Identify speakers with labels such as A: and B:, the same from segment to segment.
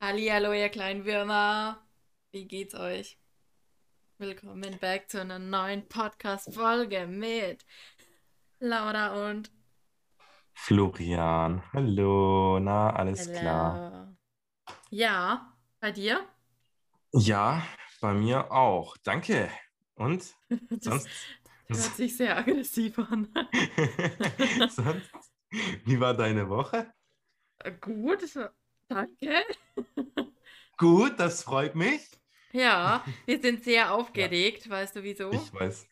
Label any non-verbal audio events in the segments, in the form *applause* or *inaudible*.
A: Hallihallo, ihr kleinen Würmer. Wie geht's euch? Willkommen back zu einer neuen Podcast-Folge mit Laura und
B: Florian, hallo, na, alles klar.
A: Ella. Ja, bei dir?
B: Ja, bei mir auch. Danke. Und *laughs*
A: Das
B: sonst,
A: hört sich sehr
B: *laughs*
A: aggressiv an.
B: sonst, wie war deine Woche?
A: Gut,
B: *laughs*
A: danke.
B: Gut, das freut mich.
A: Ja, wir sind sehr aufgeregt, weißt du wieso?
B: Ich weiß,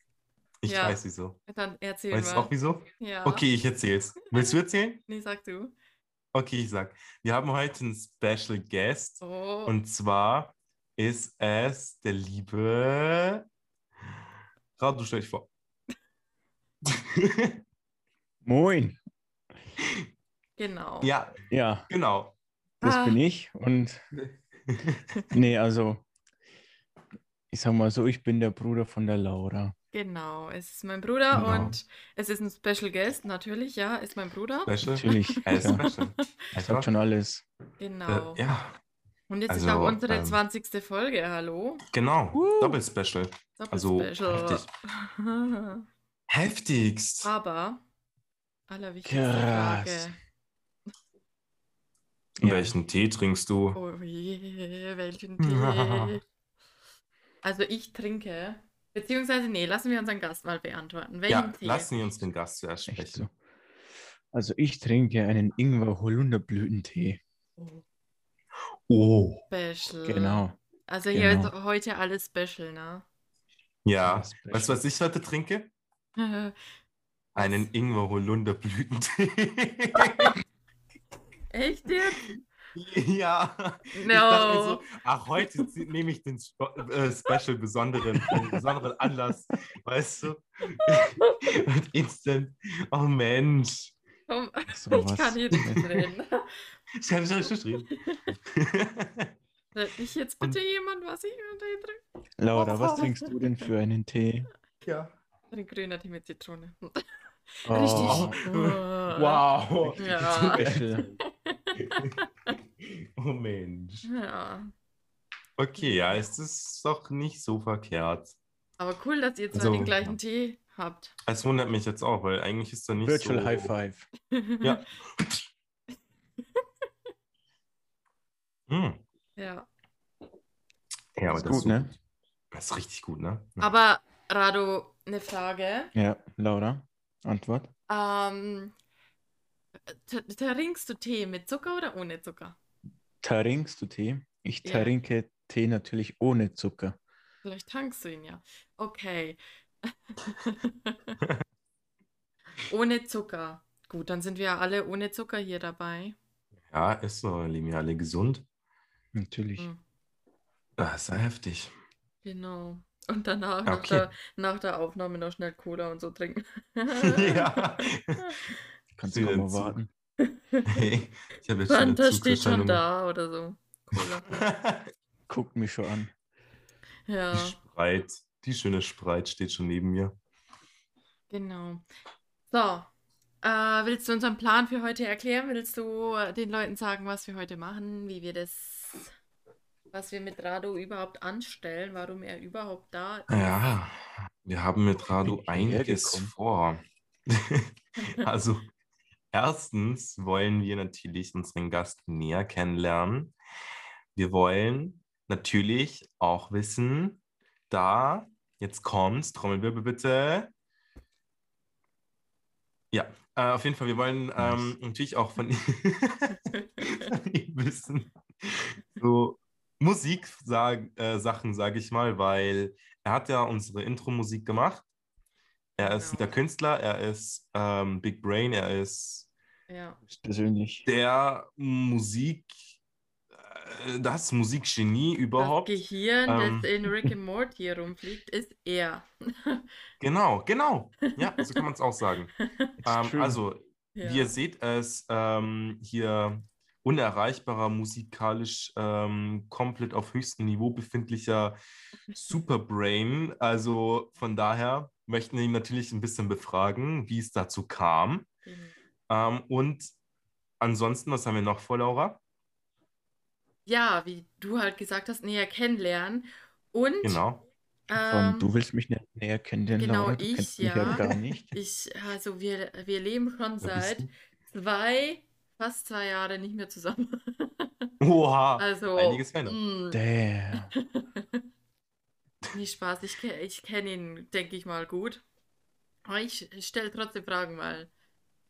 B: ich
A: Ja.
B: weiß wieso.
A: Dann erzähl
B: Weißt du
A: mal.
B: auch wieso?
A: Ja,
B: Okay, ich erzähl's. Willst du erzählen?
A: nee, sag du.
B: Okay, ich sag. Wir haben heute einen Special Guest
A: Oh,
B: und zwar ist es der liebe. Radu, du stell dich vor.
C: Moin.
A: genau.
B: Ja,
C: Ja,
B: genau.
C: das
A: Ah.
C: bin ich. Und nee, also, ich sag mal so, ich bin der Bruder von der Laura.
A: Genau, es ist mein Bruder
B: Genau.
A: und es ist ein Special Guest, natürlich, ja, ist mein Bruder.
B: Genau. Special.
C: Natürlich.
B: Er ist
C: ja,
B: special.
C: ich
B: also
C: hab schon alles.
A: Genau.
B: Äh, ja,
A: Und jetzt ist
B: also,
A: auch unsere
B: ähm,
A: 20. Folge, hallo?
B: genau.
C: Woo.
B: Doppel-Special. Also,
A: Doppelspecial.
B: Heftigst.
A: *laughs* Ah. Aber, allerwichtigste
C: Krass.
A: Frage.
C: Ja.
B: Welchen Tee trinkst du?
A: Oh je, welchen
B: *laughs*
A: Tee? Also ich trinke, beziehungsweise, nee, lassen wir unseren Gast mal beantworten. Welchen
B: Ja,
A: Tee?
B: lassen wir uns den Gast zuerst
C: Echt
B: sprechen.
C: so. Also, ich trinke einen Ingwer-Holunderblütentee.
A: Oh,
B: Oh.
A: Special.
C: Genau.
A: Also hier
C: genau.
A: ist heute alles Special, ne?
B: Ja. Also,
C: Special.
B: Weißt du, was ich heute trinke?
A: ne?
B: Einen
C: *laughs*
B: Ingwer-Holunder-Blütentee.
A: *laughs* Echt jetzt?
B: ja. Ich dachte mir
A: No.
B: so, ach, heute zie- nehme ich den Sp- äh, Special besonderen, den besonderen Anlass, weißt du? *laughs* Und instant, oh Mensch,
A: Komm,
C: So
A: *laughs* ich
C: was.
A: kann hier nicht mitreden.
B: ich habe schon geschrieben.
A: *laughs* Sagt mich Äh, jetzt bitte jemand, was ich unterdrücke?
C: Laura, was trinkst du denn für einen Tee?
B: ja.
A: Ein grüner Tee mit Zitrone.
C: Oh,
A: *laughs* Richtig.
B: Wow.
A: Ja.
C: Special.
B: *laughs* oh Mensch.
A: Ja.
B: Okay, ja, es ist doch nicht so verkehrt.
A: Aber cool, dass ihr zwei
B: So.
A: den gleichen Tee habt.
B: Es wundert mich jetzt auch, weil eigentlich ist da nicht
C: Virtual
B: so.
C: High Five.
B: *laughs* Ja. Hm.
A: *laughs* Ja.
B: Ja, aber
C: Ist
B: das
C: gut, ne?
B: Das ist richtig gut, ne? Ja.
A: Aber, Rado, eine Frage.
C: Ja, Laura, Antwort.
A: Ähm, t- trinkst du Tee mit Zucker oder ohne Zucker?
C: Trinkst du Tee? Ich
A: Ja.
C: trinke Tee natürlich ohne Zucker.
A: Vielleicht tankst du ihn ja. Okay. *laughs* ohne Zucker. Gut, dann sind wir ja alle ohne Zucker hier dabei.
B: Ja, ist so, leben ja alle gesund.
C: Natürlich.
A: Hm,
B: Das ist ja heftig.
A: Genau. Und danach, nach,
B: Okay.
A: der, nach der Aufnahme, noch schnell Cola und so trinken. *laughs*
B: *laughs* ja.
C: Kannst
B: Sie
C: du
B: denn
C: mal
B: zu-
C: warten.
B: Hey, ich habe jetzt schon
A: Fanta
B: eine
A: steht schon
B: Zugriffsscheinung.
A: da oder so. Cola.
C: Guckt mich schon an.
B: Die
A: Ja,
B: Spreit, die schöne Spreit steht schon neben mir.
A: genau. So, äh, willst du unseren Plan für heute erklären? Willst du äh, den Leuten sagen, was wir heute machen, wie wir das, was wir mit Rado überhaupt anstellen, warum er überhaupt da ist?
B: Ja, wir haben mit Radu
C: bin hierher
B: einiges
C: gekommen.
B: vor. Also, erstens wollen wir natürlich unseren Gast näher kennenlernen. Wir wollen natürlich auch wissen, da, jetzt kommt's, Trommelwirbel bitte. Ja, äh, auf jeden Fall, wir wollen ähm, natürlich auch von *laughs* von ihm wissen. So Musik-Sachen, äh, Sachen, sage ich mal, weil er hat ja unsere Intro-Musik gemacht. Er ist
A: Genau.
B: der Künstler, er ist ähm, Big Brain, er ist
A: Ja,
C: Persönlich.
B: der Musik, äh, das Musikgenie überhaupt.
A: das Gehirn,
B: ähm,
A: das in Rick and Morty rumfliegt, ist er.
B: Genau,
A: *laughs*
B: genau. Ja, so kann man es auch sagen. Ähm, also,
A: Ja.
B: wie ihr seht, er ist ähm, hier unerreichbarer, musikalisch ähm, komplett auf höchstem Niveau befindlicher Superbrain. Also von daher möchten wir ihn natürlich ein bisschen befragen, wie es dazu kam.
A: genau.
B: Ähm, und ansonsten, was haben wir noch vor, Laura?
A: ja, wie du halt gesagt hast, näher kennenlernen. Und
B: Genau.
A: ähm,
C: du willst mich nicht näher kennenlernen,
A: genau
C: Laura. Du
A: ich,
C: kennst mich ja
A: ja. *laughs*
C: gar nicht.
A: ich, also wir, wir leben schon
B: Wer bist
A: seit zwei, fast zwei Jahre nicht
B: *laughs*
A: mehr zusammen.
B: du? Oha,
A: Also,
B: einiges verändert.
A: mh,
C: Damn.
A: nee, Spaß, ich, ke- ich kenne ihn, denke ich mal, gut. Aber ich stelle trotzdem Fragen, weil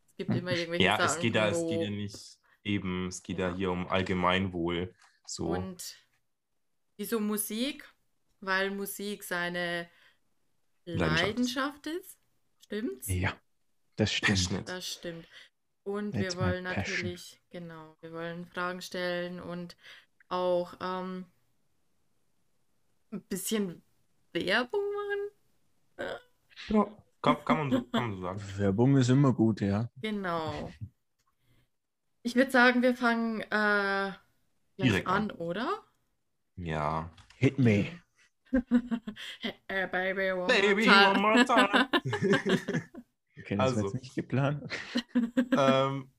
A: es gibt immer irgendwelche
B: Hm. Ja, es
A: Sachen
B: geht, da, es
A: von
B: geht
A: wo.
B: ja nicht eben, es geht ja
A: Ja.
B: hier um Allgemeinwohl. So.
A: Und wieso Musik? Weil Musik seine
B: Leidenschaft.
A: Leidenschaft ist. Stimmt's?
C: Ja, das stimmt.
B: Passionate.
A: Das stimmt. Und
C: That's
A: wir
C: my
A: wollen
C: passion.
A: natürlich, genau, wir wollen Fragen stellen und auch ähm, ein bisschen Werbung machen.
B: Ja, kann, kann, man so, kann man so sagen.
C: Werbung ist immer gut, ja.
A: Genau. Ich würde sagen, wir fangen äh, gleich
B: Direkt
A: an, oder?
B: Ja.
C: Hit me.
A: *laughs* Äh, Baby, one more
B: Baby,
A: time.
B: one more
A: *laughs*
B: time.
C: Okay, das war
B: Also.
C: jetzt nicht geplant.
B: ähm,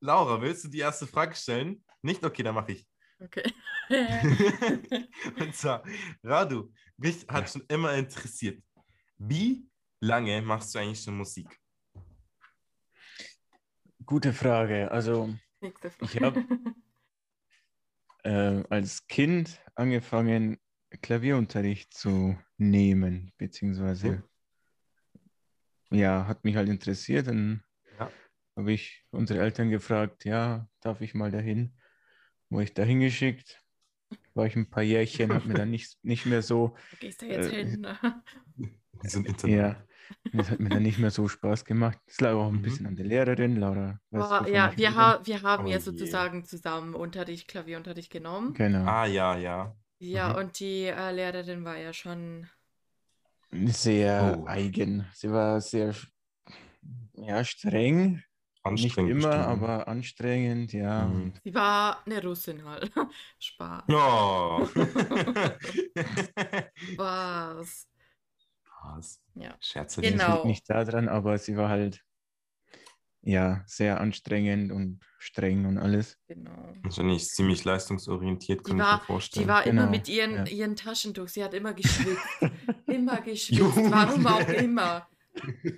B: Laura, willst du die erste Frage stellen? Nicht? Okay, dann mache ich.
A: *laughs* Okay. *laughs*
B: Und zwar, Radu, mich hat schon immer interessiert, wie lange machst du eigentlich schon Musik?
C: Gute Frage. Also
A: Nächste
C: Ich
A: Frage.
C: äh, als Kind angefangen, Klavierunterricht zu nehmen, beziehungsweise ja, hat mich halt interessiert. Dann
B: Ja.
C: habe ich unsere Eltern gefragt, ja, darf ich mal dahin? Wurde ich dahin geschickt. War ich ein paar Jährchen, hat mir
B: *laughs*
C: dann nicht, nicht mehr so
A: Wo gehst du jetzt
C: äh,
A: hin?
B: So ein Internet.
C: Ja, das hat mir dann nicht mehr so Spaß gemacht. Es lag auch ein
B: Mhm.
C: bisschen an der Lehrerin, Laura. weißt du,
A: Boah,
C: wovon
A: ja,
C: ich
A: wir,
C: rede?
A: ha wir haben
B: Oh
A: ja
B: je.
A: sozusagen zusammen Unterricht, Klavierunterricht genommen.
C: Genau.
B: Ah, ja, ja.
A: Ja,
B: Mhm.
A: und die äh, Lehrerin war ja schon.
C: Sehr
B: Oh.
C: eigen. Sie war sehr sch- ja, streng. Nicht
B: Anstrengend.
C: immer,
B: bestimmt. ne?
C: aber anstrengend, ja.
B: Mhm.
C: Und
A: Sie war eine Russin halt. *laughs* Spaß.
B: *laughs* Ja.
A: Spaß.
B: Spaß.
A: Ja.
B: Scherze
C: das
A: Genau.
C: liegt Also nicht daran, aber sie war halt ja sehr anstrengend und streng und alles.
A: Genau.
B: Wahrscheinlich ziemlich leistungsorientiert,
A: Die
B: kann
A: war-
B: ich mir vorstellen.
A: Die war immer
C: Genau,
A: mit ihren,
C: ja.
A: ihren Taschentuch. Sie hat immer geschwitzt.
C: *laughs*
A: Immer geschwitzt.
B: Junge.
A: Warum auch immer.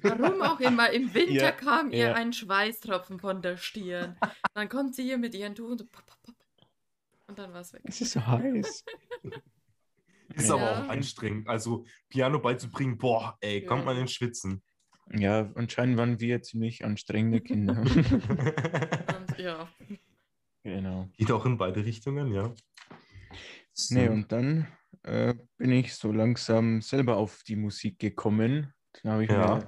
A: Warum auch immer. Im Winter
C: Ja,
A: kam ihr
C: ja.
A: ein Schweißtropfen von der Stirn. Dann kommt sie hier mit ihren Tuch und so. pop, pop, pop. Und dann war es weg.
C: Es ist so heiß.
B: Ist
C: Ja.
B: aber auch anstrengend. Also Piano beizubringen, boah, ey, kommt
A: Ja.
B: man ins Schwitzen.
C: Ja, anscheinend waren wir ziemlich anstrengende *laughs* Kinder.
A: Und ja.
C: Genau.
B: *laughs* Geht auch in beide Richtungen, ja.
C: Nee, und dann äh, bin ich so langsam selber auf die Musik gekommen. Dann habe ich
B: Ja.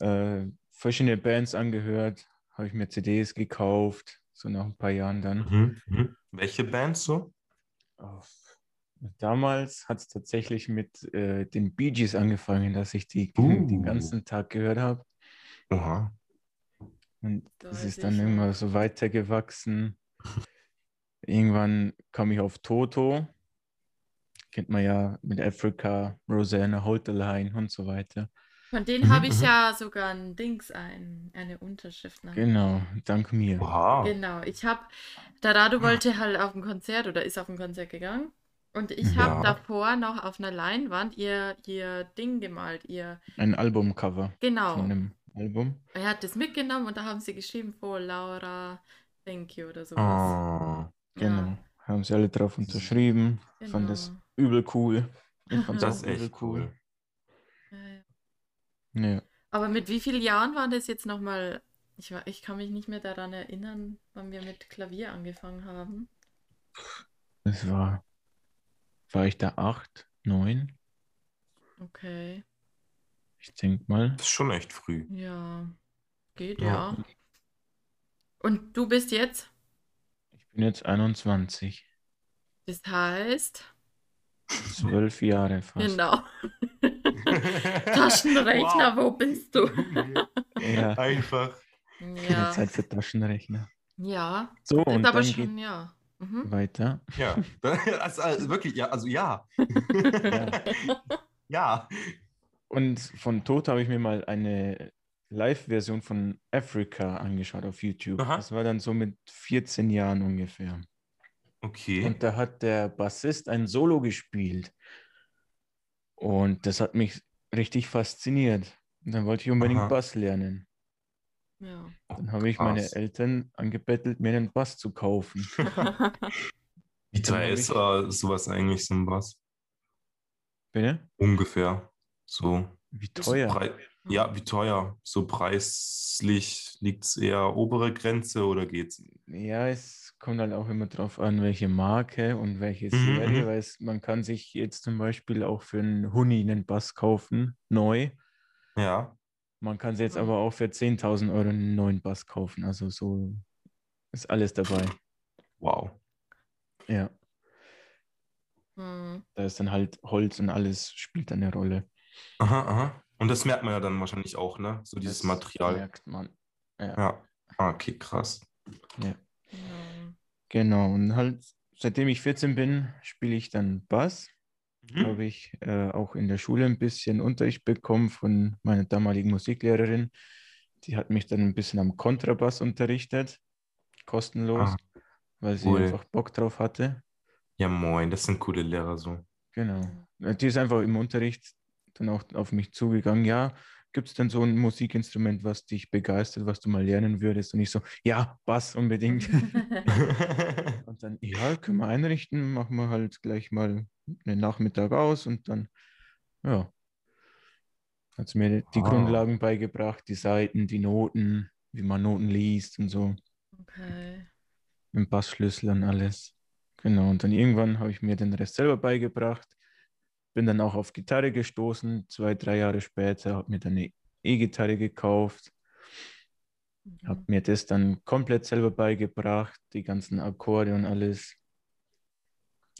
C: mir äh, verschiedene Bands angehört, habe ich mir CDs gekauft, so nach ein paar Jahren dann.
B: Mhm. Mhm. Welche Bands so?
C: Auf- Damals hat es tatsächlich mit äh, den Bee Gees angefangen, dass ich die
B: Uh.
C: den ganzen Tag gehört habe.
B: Oha.
C: Und das ist dann
A: deutlich.
C: irgendwann so weitergewachsen. Irgendwann kam ich auf Toto. Kennt man ja mit Africa, Rosanna, Hold the Line und so weiter.
A: Von
B: Mhm,
A: denen habe ich
B: mhm.
A: ja sogar ein Dings ein, eine Unterschrift. nach.
C: Genau, dank mir.
B: Oha.
A: Genau, ich habe, Darado wollte halt auf ein Konzert oder ist auf ein Konzert gegangen. Und ich
B: Ja.
A: habe davor noch auf einer Leinwand ihr, ihr Ding gemalt, ihr,
C: Ein Albumcover von
A: genau.
C: einem Album.
A: Er hat das mitgenommen und da haben sie geschrieben, oh Laura, thank you oder sowas.
B: Ah.
C: Genau.
A: Ja,
C: Haben sie alle drauf unterschrieben. Fand das
A: genau.
C: übel cool.
A: *laughs*
C: Ich fand's
B: Das
C: auch
B: ist echt
C: übel
B: cool.
A: Ja, ja.
C: Ja.
A: Aber mit wie vielen Jahren war das jetzt nochmal? Ich, wa- ich kann mich nicht mehr daran erinnern, wann wir mit Klavier angefangen haben.
C: Das war. War ich da acht, neun?
A: Okay,
C: Ich denke mal.
B: Das ist schon echt
A: *laughs*
B: früh.
A: ja, geht
B: Ja.
A: ja. Und du bist jetzt?
C: Ich bin jetzt 21.
A: Das heißt,
C: Zwölf Jahre fast.
A: genau, *laughs* Taschenrechner, wo
B: *laughs*
A: bist du?
C: *laughs* Ja.
B: Einfach.
C: Keine
A: Ja,
C: Zeit für Taschenrechner.
A: ja,
C: So,
A: das
C: und
A: ist aber
C: dann
A: schon,
C: geht
A: ja. Mhm.
C: weiter.
A: *laughs*
B: Ja. Das, also, wirklich, ja, also
C: *laughs*
B: ja.
C: Ja.
B: Ja.
C: Und von Toto habe ich mir mal eine Live-Version von Africa angeschaut auf YouTube.
B: Aha.
C: Das war dann so mit 14 Jahren ungefähr.
B: Okay.
C: Und da hat der Bassist ein Solo gespielt. Und das hat mich richtig fasziniert. Und dann wollte ich unbedingt
B: Aha.
C: Bass lernen. *laughs*
A: Ja.
C: Dann habe ich meine
B: Krass.
C: Eltern angebettelt, mir einen Bass zu
B: *laughs*
C: kaufen.
B: Wie teuer
C: hab
B: ist
C: ich-
B: da sowas eigentlich, so ein Bass?
C: Bitte?
B: Ungefähr. So.
C: Wie
A: Das
C: teuer?
B: Prei-
A: *laughs*
B: Ja, wie teuer? So preislich liegt es eher obere Grenze oder geht's?
C: Ja, es kommt halt auch immer drauf an, welche Marke und welche
B: Mhm,
C: Serie,
B: mhm.
C: weil es, man kann sich jetzt zum Beispiel auch für einen Huni einen Bass kaufen, neu.
B: Ja.
C: Man kann sie jetzt
A: Mhm.
C: aber auch für 10.000 Euro einen neuen Bass kaufen. Also so ist alles dabei.
B: Wow.
C: Ja,
A: Hm.
C: da ist dann halt Holz und alles spielt dann eine Rolle.
B: Aha, aha. Und das merkt man ja dann wahrscheinlich auch, ne? So dieses
C: Das
B: Material.
C: Merkt man.
B: Ja. Ah, okay, krass.
A: Genau.
C: Genau. Und halt, seitdem ich 14 bin, spiele ich dann Bass.
B: Mhm.
C: Habe ich äh, auch in der Schule ein bisschen Unterricht bekommen von meiner damaligen Musiklehrerin. Die hat mich dann ein bisschen am Kontrabass unterrichtet. Kostenlos,
B: Ah,
C: weil sie
B: cool.
C: einfach Bock drauf hatte.
B: Ja, moin, das sind coole Lehrer so.
C: Genau. Äh, Die ist einfach im Unterricht dann auch auf mich zugegangen. Ja, gibt es denn so ein Musikinstrument, was dich begeistert, was du mal lernen würdest? Und ich so, ja, Bass unbedingt. und dann, ja, können wir einrichten, machen wir halt gleich mal einen Nachmittag aus und dann, ja. Hat sie mir die
B: Ah.
C: Grundlagen beigebracht, die Seiten, die Noten, wie man Noten liest und so,
A: *laughs* Okay.
C: mit dem Bassschlüssel und alles. Genau, und dann irgendwann habe ich mir den Rest selber beigebracht, bin dann auch auf Gitarre gestoßen, zwei, drei Jahre später, habe mir dann eine E-Gitarre gekauft, habe
A: Mhm.
C: mir das dann komplett selber beigebracht, die ganzen Akkorde und alles.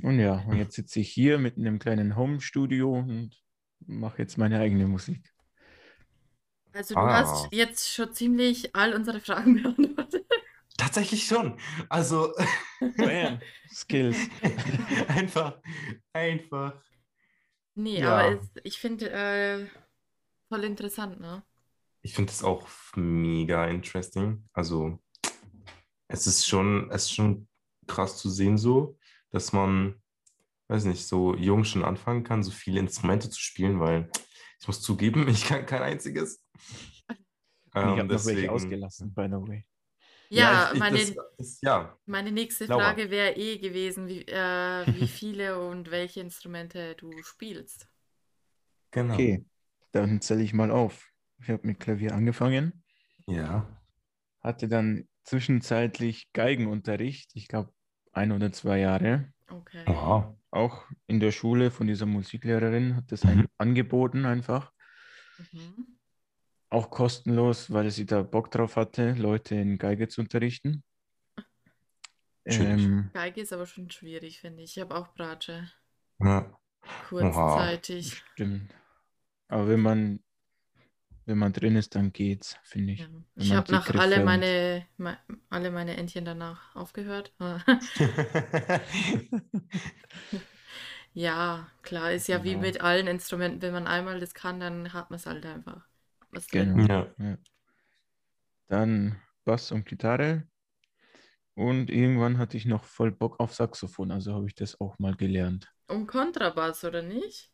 C: Und ja, und jetzt sitze ich hier mit einem kleinen Home-Studio und mache jetzt meine eigene Musik.
A: Also du
B: Ah.
A: hast jetzt schon ziemlich all unsere Fragen *laughs* beantwortet.
B: *laughs* Tatsächlich schon. Also *laughs*
C: *laughs* Skills.
B: einfach, einfach.
A: Nee,
B: Ja.
A: aber es, ich finde äh, voll interessant, ne?
B: Ich finde es auch mega interesting. Also es ist schon, es ist schon krass zu sehen so, dass man, weiß nicht, so jung schon anfangen kann, so viele Instrumente zu spielen, weil ich muss zugeben, *laughs* ich kann kein einziges.
C: Und ich
B: Ähm,
C: habe noch welche
B: deswegen-
C: ausgelassen, by the way.
A: Ja,
B: ich, ich,
A: meine,
B: das, das, ja,
A: meine nächste
B: Laura.
A: Frage wäre eh gewesen, wie, äh,
C: *laughs*
A: wie viele und welche Instrumente du spielst.
B: genau.
C: Okay, dann zähle ich mal auf. Ich habe mit Klavier angefangen,
B: Ja.
C: hatte dann zwischenzeitlich Geigenunterricht, ich glaube ein oder zwei Jahre.
A: Okay.
C: Oh.
B: Wow.
C: Auch in der Schule von dieser Musiklehrerin hat das
B: Mhm.
C: einem angeboten einfach.
A: Mhm.
C: Auch kostenlos, weil sie da Bock drauf hatte, Leute in Geige zu unterrichten.
B: Natürlich.
C: Ähm,
A: Geige ist aber schon schwierig, finde ich. Ich habe auch Bratsche.
B: Ja. *laughs*
A: Kurzzeitig.
C: stimmt. Aber wenn man, wenn man drin ist, dann geht's, finde ich.
A: Ja.
C: Wenn
A: Ich
C: man
A: habe
C: die
A: nach
C: Griffe
A: alle
C: und-
A: meine, me alle meine Entchen danach aufgehört. *laughs* ja, klar, ist ja wie
C: Genau.
A: mit allen Instrumenten. Wenn man einmal das kann, dann hat man es halt einfach. Was drin.
C: Genau.
B: ja.
C: Dann Bass und Gitarre. Und irgendwann hatte ich noch voll Bock auf Saxophon, also habe ich das auch mal gelernt.
A: Und Um Kontrabass, oder nicht?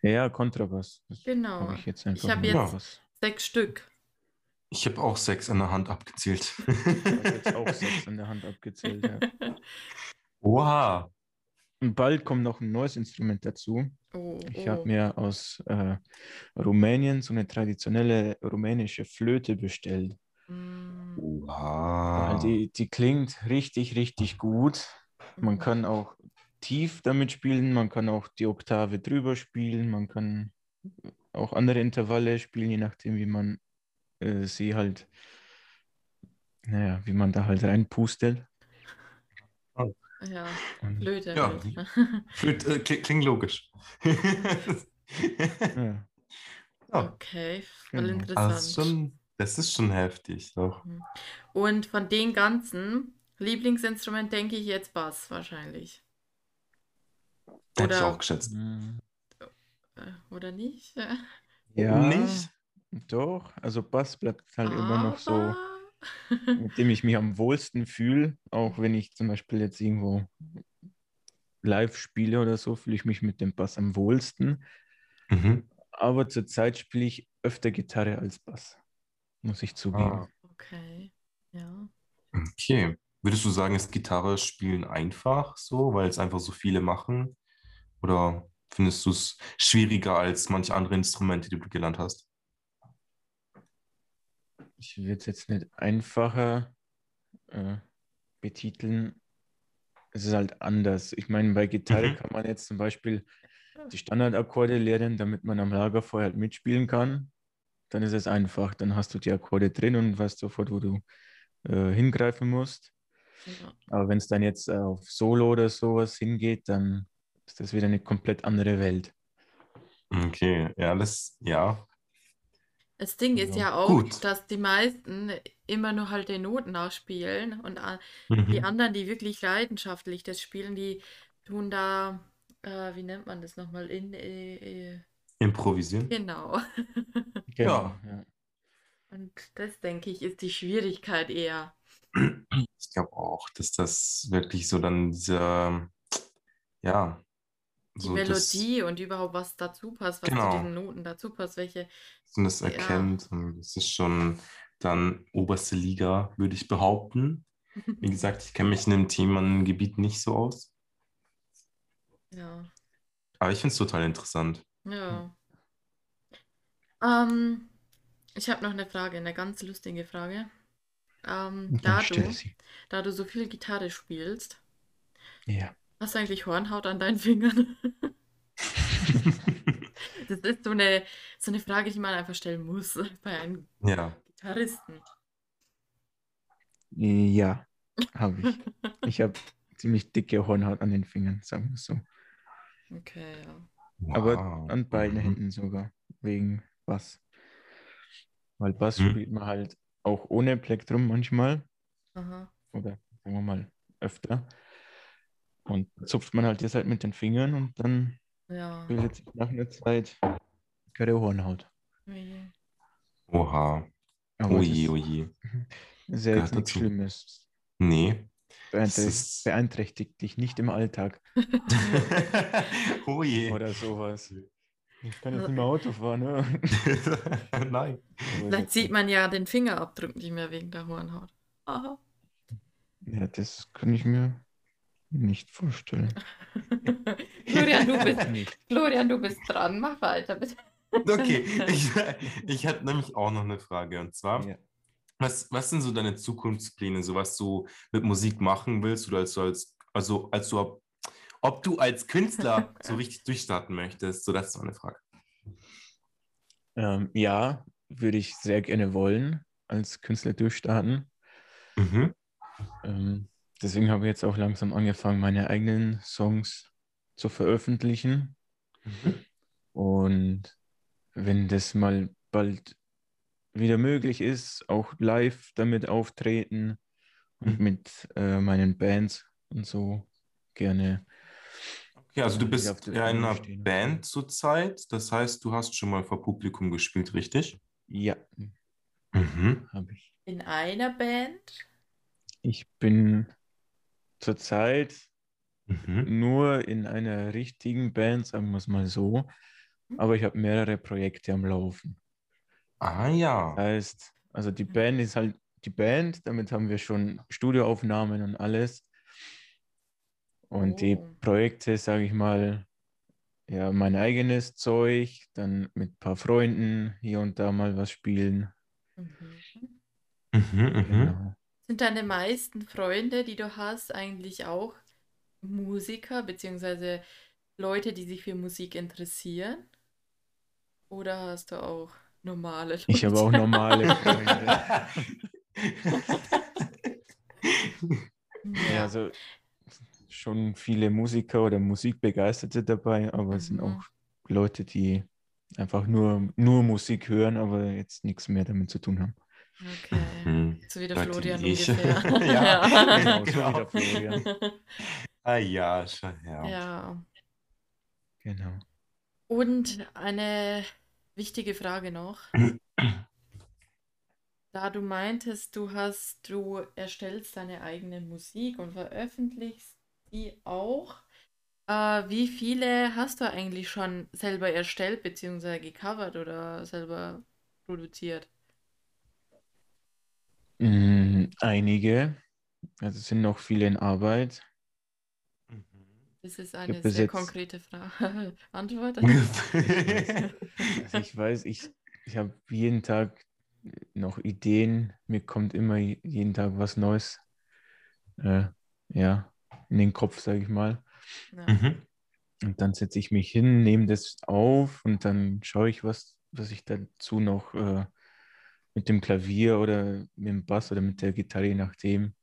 C: Ja, Kontrabass. Das
A: Genau.
C: habe ich jetzt einfach
A: hab
C: mal
A: jetzt-
C: raus.
A: Sechs Stück.
B: Ich habe auch sechs in der Hand abgezählt.
C: Ich habe jetzt auch
B: *laughs*
C: sechs in der Hand abgezählt. Ja.
B: Wow.
C: Und bald kommt noch ein neues Instrument dazu.
A: Oh,
C: Ich
A: oh.
C: habe mir aus äh, Rumänien so eine traditionelle rumänische Flöte bestellt.
A: Mm,
C: Weil
B: Wow.
C: die, die klingt richtig, richtig gut. Man
A: mm.
C: kann auch tief damit spielen, man kann auch die Oktave drüber spielen, man kann auch andere Intervalle spielen, je nachdem, wie man äh, sie halt, naja, wie man da halt reinpustet.
A: Ja,
C: Und,
A: Flöte.
B: Ja.
A: halt.
B: Klingt, äh, kli- klingt logisch.
C: ja,
B: ja,
A: *laughs* Okay, voll
C: Genau.
B: das, ist
A: interessant.
B: schon, das ist schon heftig. Doch.
A: Und von den ganzen, Lieblingsinstrument denke ich jetzt Bass wahrscheinlich.
B: Hätte ich
A: Oder-
B: auch geschätzt.
A: Äh, Oder nicht?
C: ja
B: Nicht?
C: doch. Also Bass bleibt halt immer noch so,
A: Aber- *laughs*
C: mit dem ich mich am wohlsten fühle, auch wenn ich zum Beispiel jetzt irgendwo live spiele oder so, fühle ich mich mit dem Bass am wohlsten.
B: Mhm.
C: Aber zurzeit spiele ich öfter Gitarre als Bass, muss ich
B: Ah,
C: zugeben.
A: Okay. Ja.
B: okay. Würdest du sagen, ist Gitarre spielen einfach so, weil es einfach so viele machen? Oder findest du es schwieriger als manche andere Instrumente, die du gelernt hast?
C: Ich würde es jetzt nicht einfacher äh, betiteln. Es ist halt anders. Ich meine, bei Gitarre
B: Mhm.
C: kann man jetzt zum Beispiel die Standardakkorde lernen, damit man am Lagerfeuer halt mitspielen kann. Dann ist es einfach. Dann hast du die Akkorde drin und weißt sofort, wo du äh, hingreifen musst.
A: Ja.
C: Aber wenn es dann jetzt äh, auf Solo oder sowas hingeht, dann ist das wieder eine komplett andere Welt.
B: Okay, ja, das, ja.
A: Das Ding ist
C: Also,
A: ja auch,
B: gut.
A: dass die meisten immer nur halt den Noten ausspielen und a- die
B: Mhm.
A: anderen, die wirklich leidenschaftlich das spielen, die tun da, äh, wie nennt man das nochmal, in, äh, äh,
B: Improvisieren?
A: genau. *laughs*
C: Genau.
B: Ja.
C: Ja.
A: Und das, denke ich, ist die Schwierigkeit eher.
B: Ich glaube auch, dass das wirklich so dann dieser, ja,
A: Die
B: so das,
A: Melodie und überhaupt, was dazu passt, was zu
B: genau.
A: diesen Noten dazu passt, welche,
B: und das
A: ja.
B: erkennt. Und das ist schon dann oberste Liga, würde ich behaupten.
A: *laughs*
B: Wie gesagt, ich kenne mich in dem Thema, in dem Gebiet nicht so aus.
A: Ja,
B: Aber ich finde es total interessant.
A: ja.
C: Hm.
A: Ähm, ich habe noch eine Frage, eine ganz lustige Frage. Ähm,
C: Dann
A: da
C: stell
A: du,
C: sie.
A: da du so viel Gitarre spielst,
C: Ja.
A: hast du eigentlich Hornhaut an deinen
C: *laughs*
A: Fingern? Das ist so eine, so eine Frage, die man einfach stellen muss *laughs* bei einem
B: Ja.
A: Gitarristen.
C: Ja, habe ich. Ich habe ziemlich dicke Hornhaut an den Fingern, sagen wir es so.
A: Okay, ja.
C: Aber
B: Wow.
C: an beiden
B: Mhm.
C: Händen sogar, wegen Bass. Weil Bass
B: Mhm.
C: spielt man halt auch ohne Plektrum manchmal
A: Aha.
C: oder sagen wir mal öfter. Und zupft man halt das halt mit den Fingern und dann
A: Ja.
C: bildet sich nach einer Zeit dickere Hornhaut.
A: Oje.
B: Oha.
C: Aber es
B: Oje,
C: ist,
B: oje.
C: ist ja jetzt
B: Gehört
C: nichts
B: dazu.
C: Schlimmes. *laughs*
B: Nee. Das
C: Beeinträchtigt,
B: ist.
C: beeinträchtigt dich nicht im Alltag
B: Oje.
C: oder sowas. Ich kann jetzt nicht mehr Auto fahren. Ne?
B: *laughs* Nein.
C: So ist
A: Vielleicht
C: jetzt
A: sieht
C: nicht.
A: man ja den Fingerabdruck nicht mehr wegen der Hornhaut. Aha.
C: Ja, das kann ich mir
A: *laughs*
C: nicht vorstellen.
A: Florian, du bist,
C: Nicht.
A: Florian, du bist dran. Mach weiter, bitte.
B: *laughs*
A: *laughs*
B: Okay, ich, ich hatte nämlich auch noch eine Frage. Und zwar,
C: Ja.
B: was, was sind so deine Zukunftspläne, so was du mit Musik machen willst oder als du als, also als du, ob, ob du als Künstler *laughs* so richtig durchstarten möchtest? So, das ist meine Frage.
C: Ähm, ja, würde ich sehr gerne wollen, als Künstler durchstarten.
B: Mhm.
C: Ähm, deswegen habe ich jetzt auch langsam angefangen, meine eigenen Songs zu veröffentlichen.
B: Mhm.
C: Und wenn das mal bald wieder möglich ist, auch live damit auftreten und
B: Mhm.
C: mit äh, meinen Bands und so gerne
B: Okay, also du
C: dann wieder auf
B: bist
C: der
B: ja in
C: Bühne
B: einer
C: stehen und so.
B: Band zurzeit. Das heißt, du hast schon mal vor Publikum gespielt, richtig?
C: Ja,
B: Mhm.
C: habe ich.
A: In einer Band?
C: Ich bin zurzeit
B: Mhm.
C: nur in einer richtigen Band, sagen wir es mal so, aber ich habe mehrere Projekte am Laufen.
B: Ah ja.
C: Das heißt, also die
A: Mhm.
C: Band ist halt die Band, damit haben wir schon Studioaufnahmen und alles. Und die
A: Oh.
C: Projekte, sage ich mal, ja, mein eigenes Zeug, dann mit ein paar Freunden hier und da mal was spielen.
A: Mhm.
B: Mhm, mhm.
C: Genau.
A: Sind deine meisten Freunde, die du hast, eigentlich auch Musiker, beziehungsweise Leute, die sich für Musik interessieren? Oder hast du auch normale
C: Ich habe auch
A: Leute?
C: normale
A: *laughs*
C: Freunde. Ja,
A: Ja.
C: also schon viele Musiker oder Musikbegeisterte dabei, aber es sind auch
A: Mhm.
C: Leute, die einfach nur, nur Musik hören, aber jetzt nichts mehr damit zu tun haben.
B: *laughs*
A: Okay.
B: Mhm.
A: So wie der
B: Leute
A: Florian
B: wie ich.
A: ungefähr.
B: *laughs* Ja,
A: *laughs*
C: Genau, so wie der
B: genau.
C: Florian.
B: Ah ja, schon, ja.
A: Ja.
C: Genau.
A: Und eine wichtige Frage noch. Da du meintest, du hast, du erstellst deine eigene Musik und veröffentlichst die auch. Äh, wie viele hast du eigentlich schon selber erstellt, beziehungsweise gecovert oder selber produziert?
C: Mm, einige. Also es sind noch viele in Arbeit.
B: Mhm.
A: Das ist eine
C: bis
A: sehr
C: jetzt-
A: konkrete Frage. *laughs*
B: *laughs*
A: Antwort?
C: Also ich weiß, ich, ich habe jeden Tag noch Ideen. Mir kommt immer je- jeden Tag was Neues äh, ja, in den Kopf, sage ich mal.
A: Ja.
B: Mhm.
C: Und dann setze ich mich hin, nehme das auf und dann schaue ich, was, was ich dazu noch äh, mit dem Klavier oder mit dem Bass oder mit der Gitarre, je nachdem,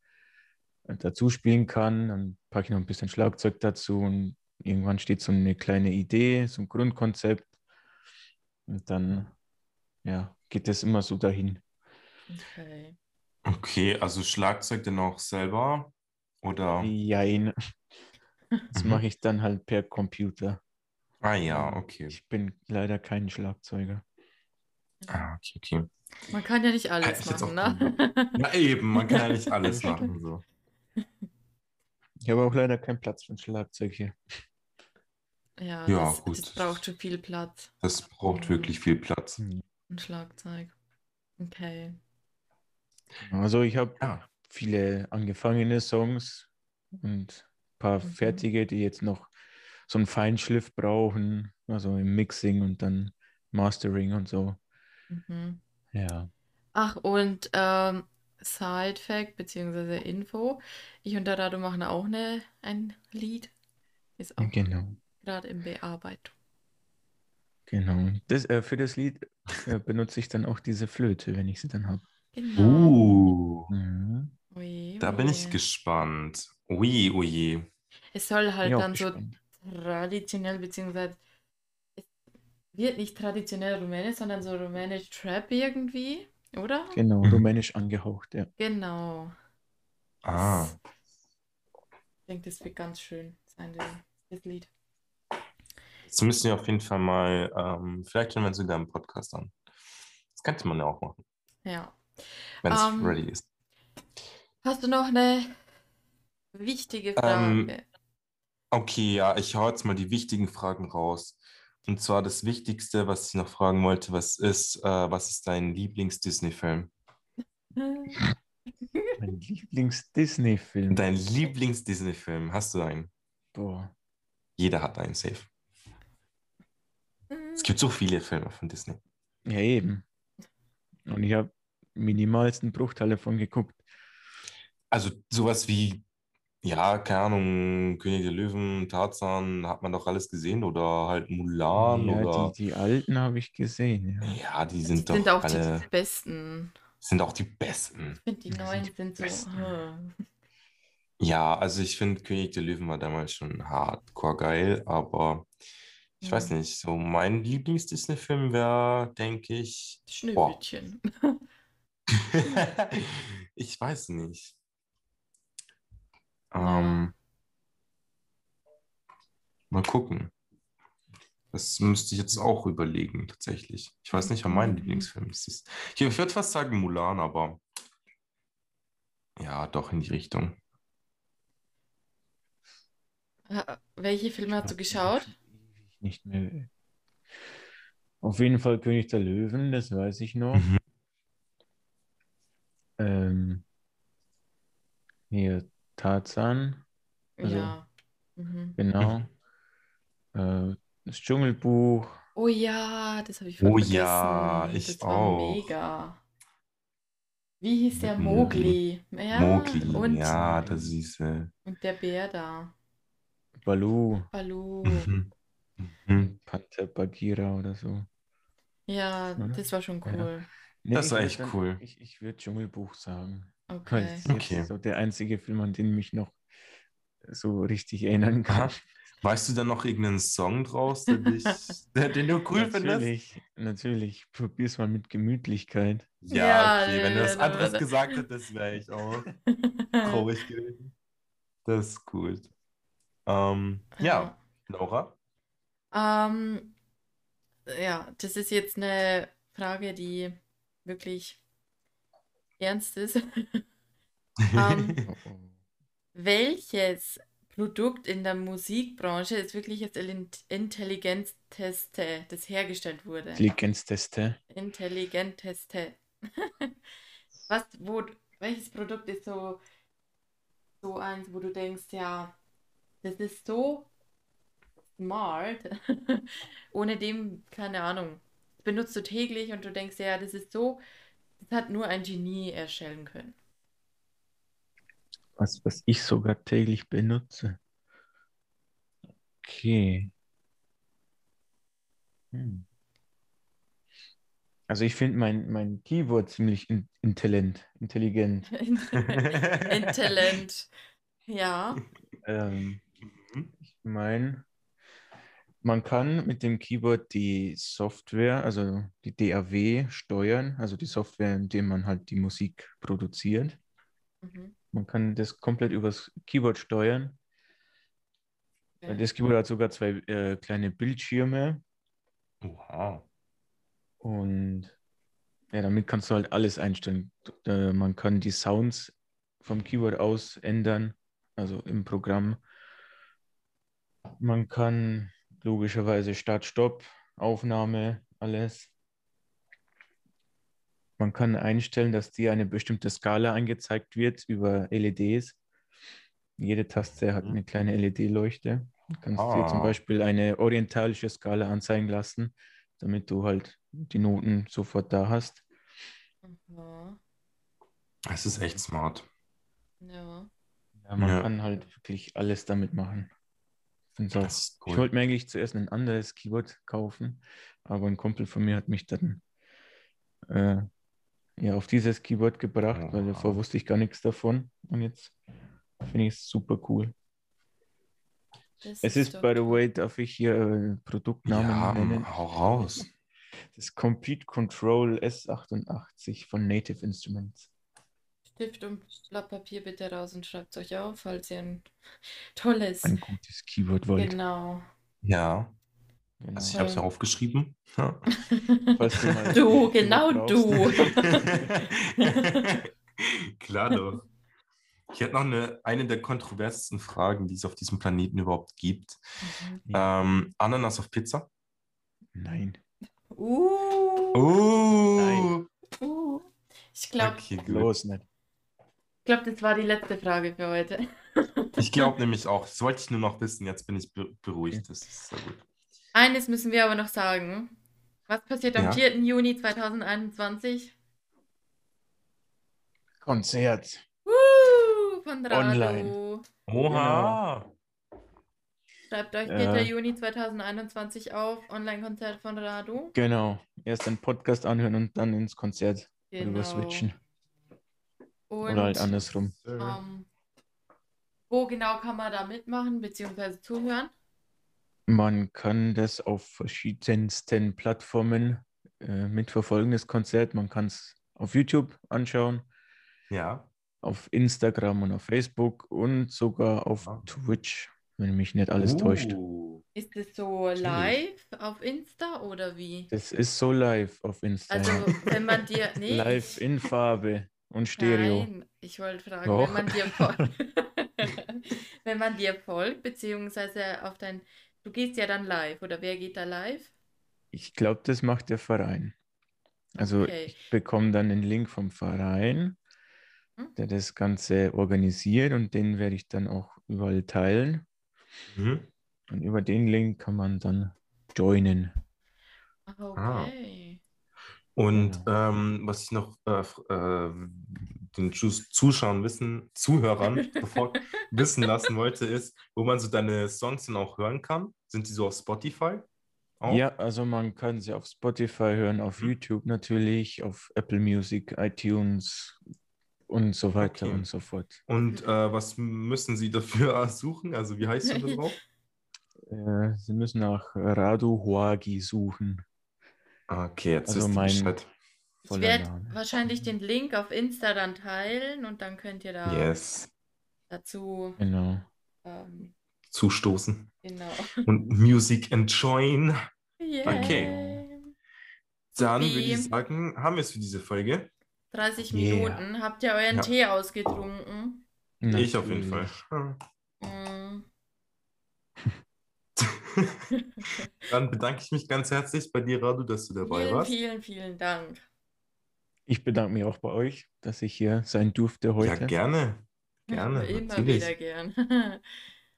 C: äh, dazu spielen kann. Dann packe ich noch ein bisschen Schlagzeug dazu und irgendwann steht so eine kleine Idee, so ein Grundkonzept. Und dann, ja, geht das immer so dahin.
A: Okay.
B: Okay, also Schlagzeug dann auch selber? Oder?
C: Jein. Das
B: Mhm.
C: mache ich dann halt per Computer.
B: Ah ja, okay.
C: Ich bin leider kein Schlagzeuger.
B: Ah, okay, okay.
A: Man kann ja nicht alles
B: Hätte ich jetzt
A: machen,
B: auch
A: ne?
B: Na eben, man kann ja
A: *laughs*
B: nicht alles machen. So.
C: Ich habe auch leider keinen Platz für ein Schlagzeug hier.
A: Ja,
B: Ja,
A: das,
B: gut,
A: das
B: das-
A: braucht schon viel Platz.
B: Das braucht wirklich viel Platz.
A: Ein Schlagzeug. Okay.
C: Also ich habe
B: Ja.
C: viele angefangene Songs und ein paar
A: Mhm.
C: fertige, die jetzt noch so einen Feinschliff brauchen, also im Mixing und dann Mastering und so.
A: Mhm.
C: Ja.
A: Ach, und ähm, Side Fact beziehungsweise Info. Ich und der Rado machen auch eine, ein Lied. Ist auch
C: Genau,
A: gerade in Bearbeitung.
C: genau. Das, äh, für das Lied äh, benutze ich dann auch diese Flöte, wenn ich sie dann habe.
A: Genau.
B: Uh,
C: Mhm.
A: Oje,
B: da bin ich
A: oje.
B: gespannt. Ui, ui.
A: Es soll halt
C: Bin auch
A: dann so
C: gespannt.
A: traditionell, beziehungsweise es wird nicht traditionell rumänisch, sondern so rumänisch Trap irgendwie, oder?
C: Genau,
B: Mhm.
C: rumänisch angehaucht,
A: *laughs*
C: ja.
A: Genau.
B: Ah,
A: Ich denke, das wird ganz schön sein, das Lied.
B: das müssen wir auf jeden Fall mal, ähm, vielleicht hören wir uns sogar im Podcast an. Das könnte man ja auch machen,
A: Ja.
B: wenn es
A: Ähm,
B: ready ist.
A: Hast du noch eine
B: Ähm,
A: wichtige Frage?
B: Okay, ja, ich hau jetzt mal die wichtigen Fragen raus. Und zwar das Wichtigste, was ich noch fragen wollte, was ist, äh, was ist dein Lieblings-Disney-Film?
C: Mein Lieblings-Disney-Film.
B: Dein Lieblings-Disney-Film, hast du einen?
C: Boah.
B: Jeder hat einen, safe.
A: Hm,
B: Es gibt so viele Filme von Disney.
C: Ja, eben. Und ich habe minimalsten Bruchteil davon geguckt.
B: Also sowas wie, ja, keine Ahnung, König der Löwen, Tarzan, hat man doch alles gesehen oder halt Mulan
C: ja,
B: oder...
C: die, die alten habe ich gesehen. Ja.
B: Ja, die
A: Die
B: sind doch
A: sind auch
B: alle,
A: die besten.
B: sind auch die besten.
A: Ich finde, die
C: Das sind
A: neuen
C: die
A: sind so.
C: besten.
A: hm.
B: Ja, also ich finde, König der Löwen war damals schon hardcore geil, aber ich weiß
A: Mhm.
B: nicht, so mein Lieblings-Disney-Film wäre, denke ich,
A: Schneewittchen.
B: *laughs* ich weiß nicht.
A: Ja.
B: Ähm, mal gucken. Das müsste ich jetzt auch überlegen, tatsächlich. Ich weiß nicht, ob mein
A: Mhm.
B: Lieblingsfilm es ist. Ich, ich würde fast sagen Mulan, aber ja, doch in die Richtung.
A: Äh, Welche Filme hast du
C: Ich hab
A: geschaut?
C: schon ewig Nicht mehr. Auf jeden Fall König der Löwen, das weiß ich noch.
B: Mhm.
C: Ähm, hier Tarzan, Also-
A: Ja. Mhm.
C: genau.
B: Mhm.
C: Äh, das Dschungelbuch.
A: Oh ja, das habe ich voll
B: Oh ja,
A: vergessen.
B: ich
A: Das war
B: auch.
A: mega. Wie hieß der
B: Mit Mowgli.
A: Mowgli? Ja,
B: Mowgli,
A: und,
B: ja, das ist. Äh,
A: und der Bär da.
C: Baloo,
A: Balu.
B: mhm. Mhm.
C: Panther Bagheera oder so.
A: Ja,
C: Oder?
A: das war schon
C: Ja.
A: cool.
C: Nee,
B: Das
C: ich
B: war
C: würd
B: echt cool.
C: Ich, ich würde Dschungelbuch sagen. Weil
A: Okay. *laughs*
C: das ist
B: Okay.
C: jetzt so der einzige Film, an den mich noch so richtig erinnern kann.
B: Aha. Weißt du dann noch irgendeinen Song draus, der
A: *laughs*
B: dich, der, den du cool findest?
C: natürlich, natürlich. Probier's mal mit Gemütlichkeit.
B: Ja,
A: Ja,
B: okay, wenn du was
A: ja, ja,
B: anderes
A: ja.
B: gesagt hättest, wäre ich
A: *laughs*
B: auch traurig gewesen. Das ist gut. Ähm, ja, Laura?
A: Ähm, ja, das ist jetzt eine Frage, die wirklich ernst ist. Ähm,
B: *laughs*
C: Oh, oh.
A: *laughs* welches Produkt in der Musikbranche ist wirklich jetzt Intelli- Intelligenzteste, das hergestellt wurde.
C: Intelligenzteste.
A: Intelligenteste. *laughs* Was, wo, welches Produkt ist so, so eins, wo du denkst, ja, das ist so smart, *laughs* ohne dem, keine Ahnung, das benutzt du täglich und du denkst, ja, das ist so, das hat nur ein Genie erstellen können. *laughs*
C: Was, was ich sogar täglich benutze. Okay. Hm. Also ich finde mein, mein Keyword ziemlich in, intelligent. intelligent.
A: Intelligent. Ja,
C: Ähm, ich meine, man kann mit dem Keyword die Software, also die DAW steuern, also die Software, in der man halt die Musik produziert.
A: mhm.
C: Man kann das komplett übers Keyboard steuern.
A: Ja.
C: Das Keyboard hat sogar zwei äh, kleine Bildschirme
B: Wow.
C: und ja, damit kannst du halt alles einstellen. Äh, man kann die Sounds vom Keyboard aus ändern, also im Programm. Man kann logischerweise Start, Stopp, Aufnahme, alles. Man kann einstellen, dass dir eine bestimmte Skala angezeigt wird über LEDs. Jede Taste hat
B: Mhm.
C: eine kleine LED-Leuchte. Du kannst dir zum
B: Ah.
C: Beispiel eine orientalische Skala anzeigen lassen, damit du halt die Noten sofort da hast.
A: Mhm. Aha.
B: Das ist echt smart.
A: Ja.
C: Ja, man
B: Ja.
C: kann halt wirklich alles damit machen. Find's auch
B: Das ist
C: Ich
B: cool.
C: wollte mir eigentlich zuerst ein anderes Keyboard kaufen, aber ein Kumpel von mir hat mich dann äh, ja, auf dieses Keyboard gebracht, weil
B: Oha.
C: davor wusste ich gar nichts davon. Und jetzt finde ich es super cool.
A: Das
C: Es ist,
A: doch
C: by the
A: toll.
C: way, darf ich hier äh, Produktnamen
B: Ja,
C: nennen?
B: hau raus.
C: Das Complete Control S88 von Native Instruments.
A: Stift und Blatt Papier bitte raus und schreibt euch auf, falls ihr ein *laughs* tolles.
C: Ein gutes Keyboard wollt.
A: Genau.
B: Ja,
C: Genau.
B: also ich habe es ja aufgeschrieben. Ja.
C: Falls du mal-
A: *laughs* Du, genau du. *laughs*
B: *laughs* Klar doch. Ich hätte noch eine, eine der kontroversesten Fragen, die es auf diesem Planeten überhaupt gibt.
A: Mhm.
B: Ähm, Ananas auf Pizza?
C: *laughs* Nein.
A: Uh,
B: Oh!
C: Nein.
A: uh. Ich glaube,
B: Okay, gut.
C: Los, nicht.
A: glaub, das war die letzte Frage für heute.
B: Ich glaube nämlich auch, das wollte ich nur noch wissen, jetzt bin ich be beruhigt. Das ist sehr gut.
A: Eines müssen wir aber noch sagen. Was passiert am
B: Ja.
A: 4. Juni 2021?
C: Konzert.
A: Uh, von Rado.
C: Online.
B: Oha!
A: Schreibt euch
C: Ja.
A: 4. Juni 2021 auf. Online-Konzert von Rado.
C: Genau. Erst einen Podcast anhören und dann ins Konzert. Rüber switchen.
A: Genau. Und
C: Oder halt andersrum.
A: ähm, wo genau kann man da mitmachen bzw. zuhören?
C: Man kann das auf verschiedensten Plattformen äh, mitverfolgen, das Konzert. Man kann es auf YouTube anschauen,
B: Ja.
C: auf Instagram und auf Facebook und sogar auf
B: Ah.
C: Twitch, wenn mich nicht alles täuscht.
B: Oh.
A: Ist es so
B: Natürlich.
A: live auf Insta oder wie?
C: Das ist so live auf Insta.
A: Also, wenn man
C: *laughs*
A: dir. Nee,
C: live
A: ich-
C: in Farbe und Stereo. Oh.
A: Nein, ich wollte fragen,
C: Doch.
A: wenn man dir
C: *laughs*
A: folgt. *laughs* wenn man dir folgt, beziehungsweise auf dein. Du gehst ja dann live, oder wer geht da live?
C: Ich glaube, das macht der Verein. Also
A: Okay.
C: ich bekomme dann den Link vom Verein,
A: Hm?
C: der das Ganze organisiert und den werde ich dann auch überall teilen.
B: Mhm.
C: Und über den Link kann man dann joinen.
A: Ah, Okay.
B: Und ähm, was ich noch äh, f- äh, den Zus- Zuschauern wissen,
C: *laughs*
B: Zuhörern bevor, wissen lassen wollte, ist, wo man so deine Songs dann auch hören kann. Sind die so auf Spotify? Auch?
C: Ja, also man kann sie auf Spotify hören, auf
B: Mhm.
C: YouTube natürlich, auf Apple Music, iTunes und so weiter
B: Okay.
C: und so fort.
B: Und äh, was müssen sie dafür *laughs* suchen? Also wie heißt du da
C: *laughs*
B: drauf?
C: Äh, Sie müssen nach Radu Huagi suchen.
B: Ah, Okay, jetzt
C: Also
B: wisst ihr
C: mein-
B: Bescheid.
A: Ich
C: Voller
A: werde
C: Name. Mhm.
A: wahrscheinlich den Link auf Insta dann teilen und dann könnt ihr da
B: Yes.
A: dazu.
C: Genau.
A: Ähm,
B: Zustoßen.
A: genau. *laughs*
B: Und Music and Join.
A: Yay.
B: Dann
A: Supi.
B: würde ich sagen, haben wir es für diese Folge.
A: 30
C: Yeah.
A: Minuten. Habt ihr euren
B: Ja.
A: Tee ausgetrunken?
B: Ich auf jeden Hm.
C: Natürlich.
B: Fall.
A: Mm.
B: Dann bedanke ich mich ganz herzlich bei dir, Radu, dass du dabei
A: Vielen,
B: warst.
A: vielen, vielen Dank.
C: Ich bedanke mich auch bei euch, dass ich hier sein durfte
B: ja,
C: heute.
B: gerne. Gerne.
A: *laughs* Immer
B: natürlich.
A: wieder gern. *laughs*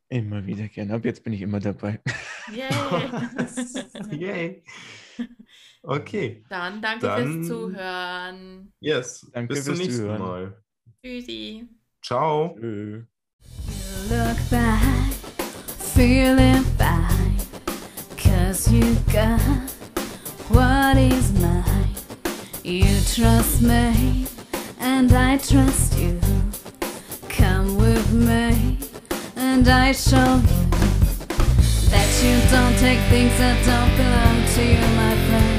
C: immer wieder gerne. Ab jetzt bin ich immer dabei.
B: *laughs*
A: Yay. *laughs*
B: Yay. Okay.
A: Dann danke
B: Dann-
A: fürs Zuhören.
B: Yes.
C: Danke
B: Bis zum
C: fürs
B: nächsten
C: Zuhören.
B: Mal.
A: Tschüssi.
B: Ciao.
C: Tschö.
D: Look back, feeling fine. Cause you got what is mine. You trust me, and I trust you. Come with me, and I show you that you don't take things that don't belong to you, my friend.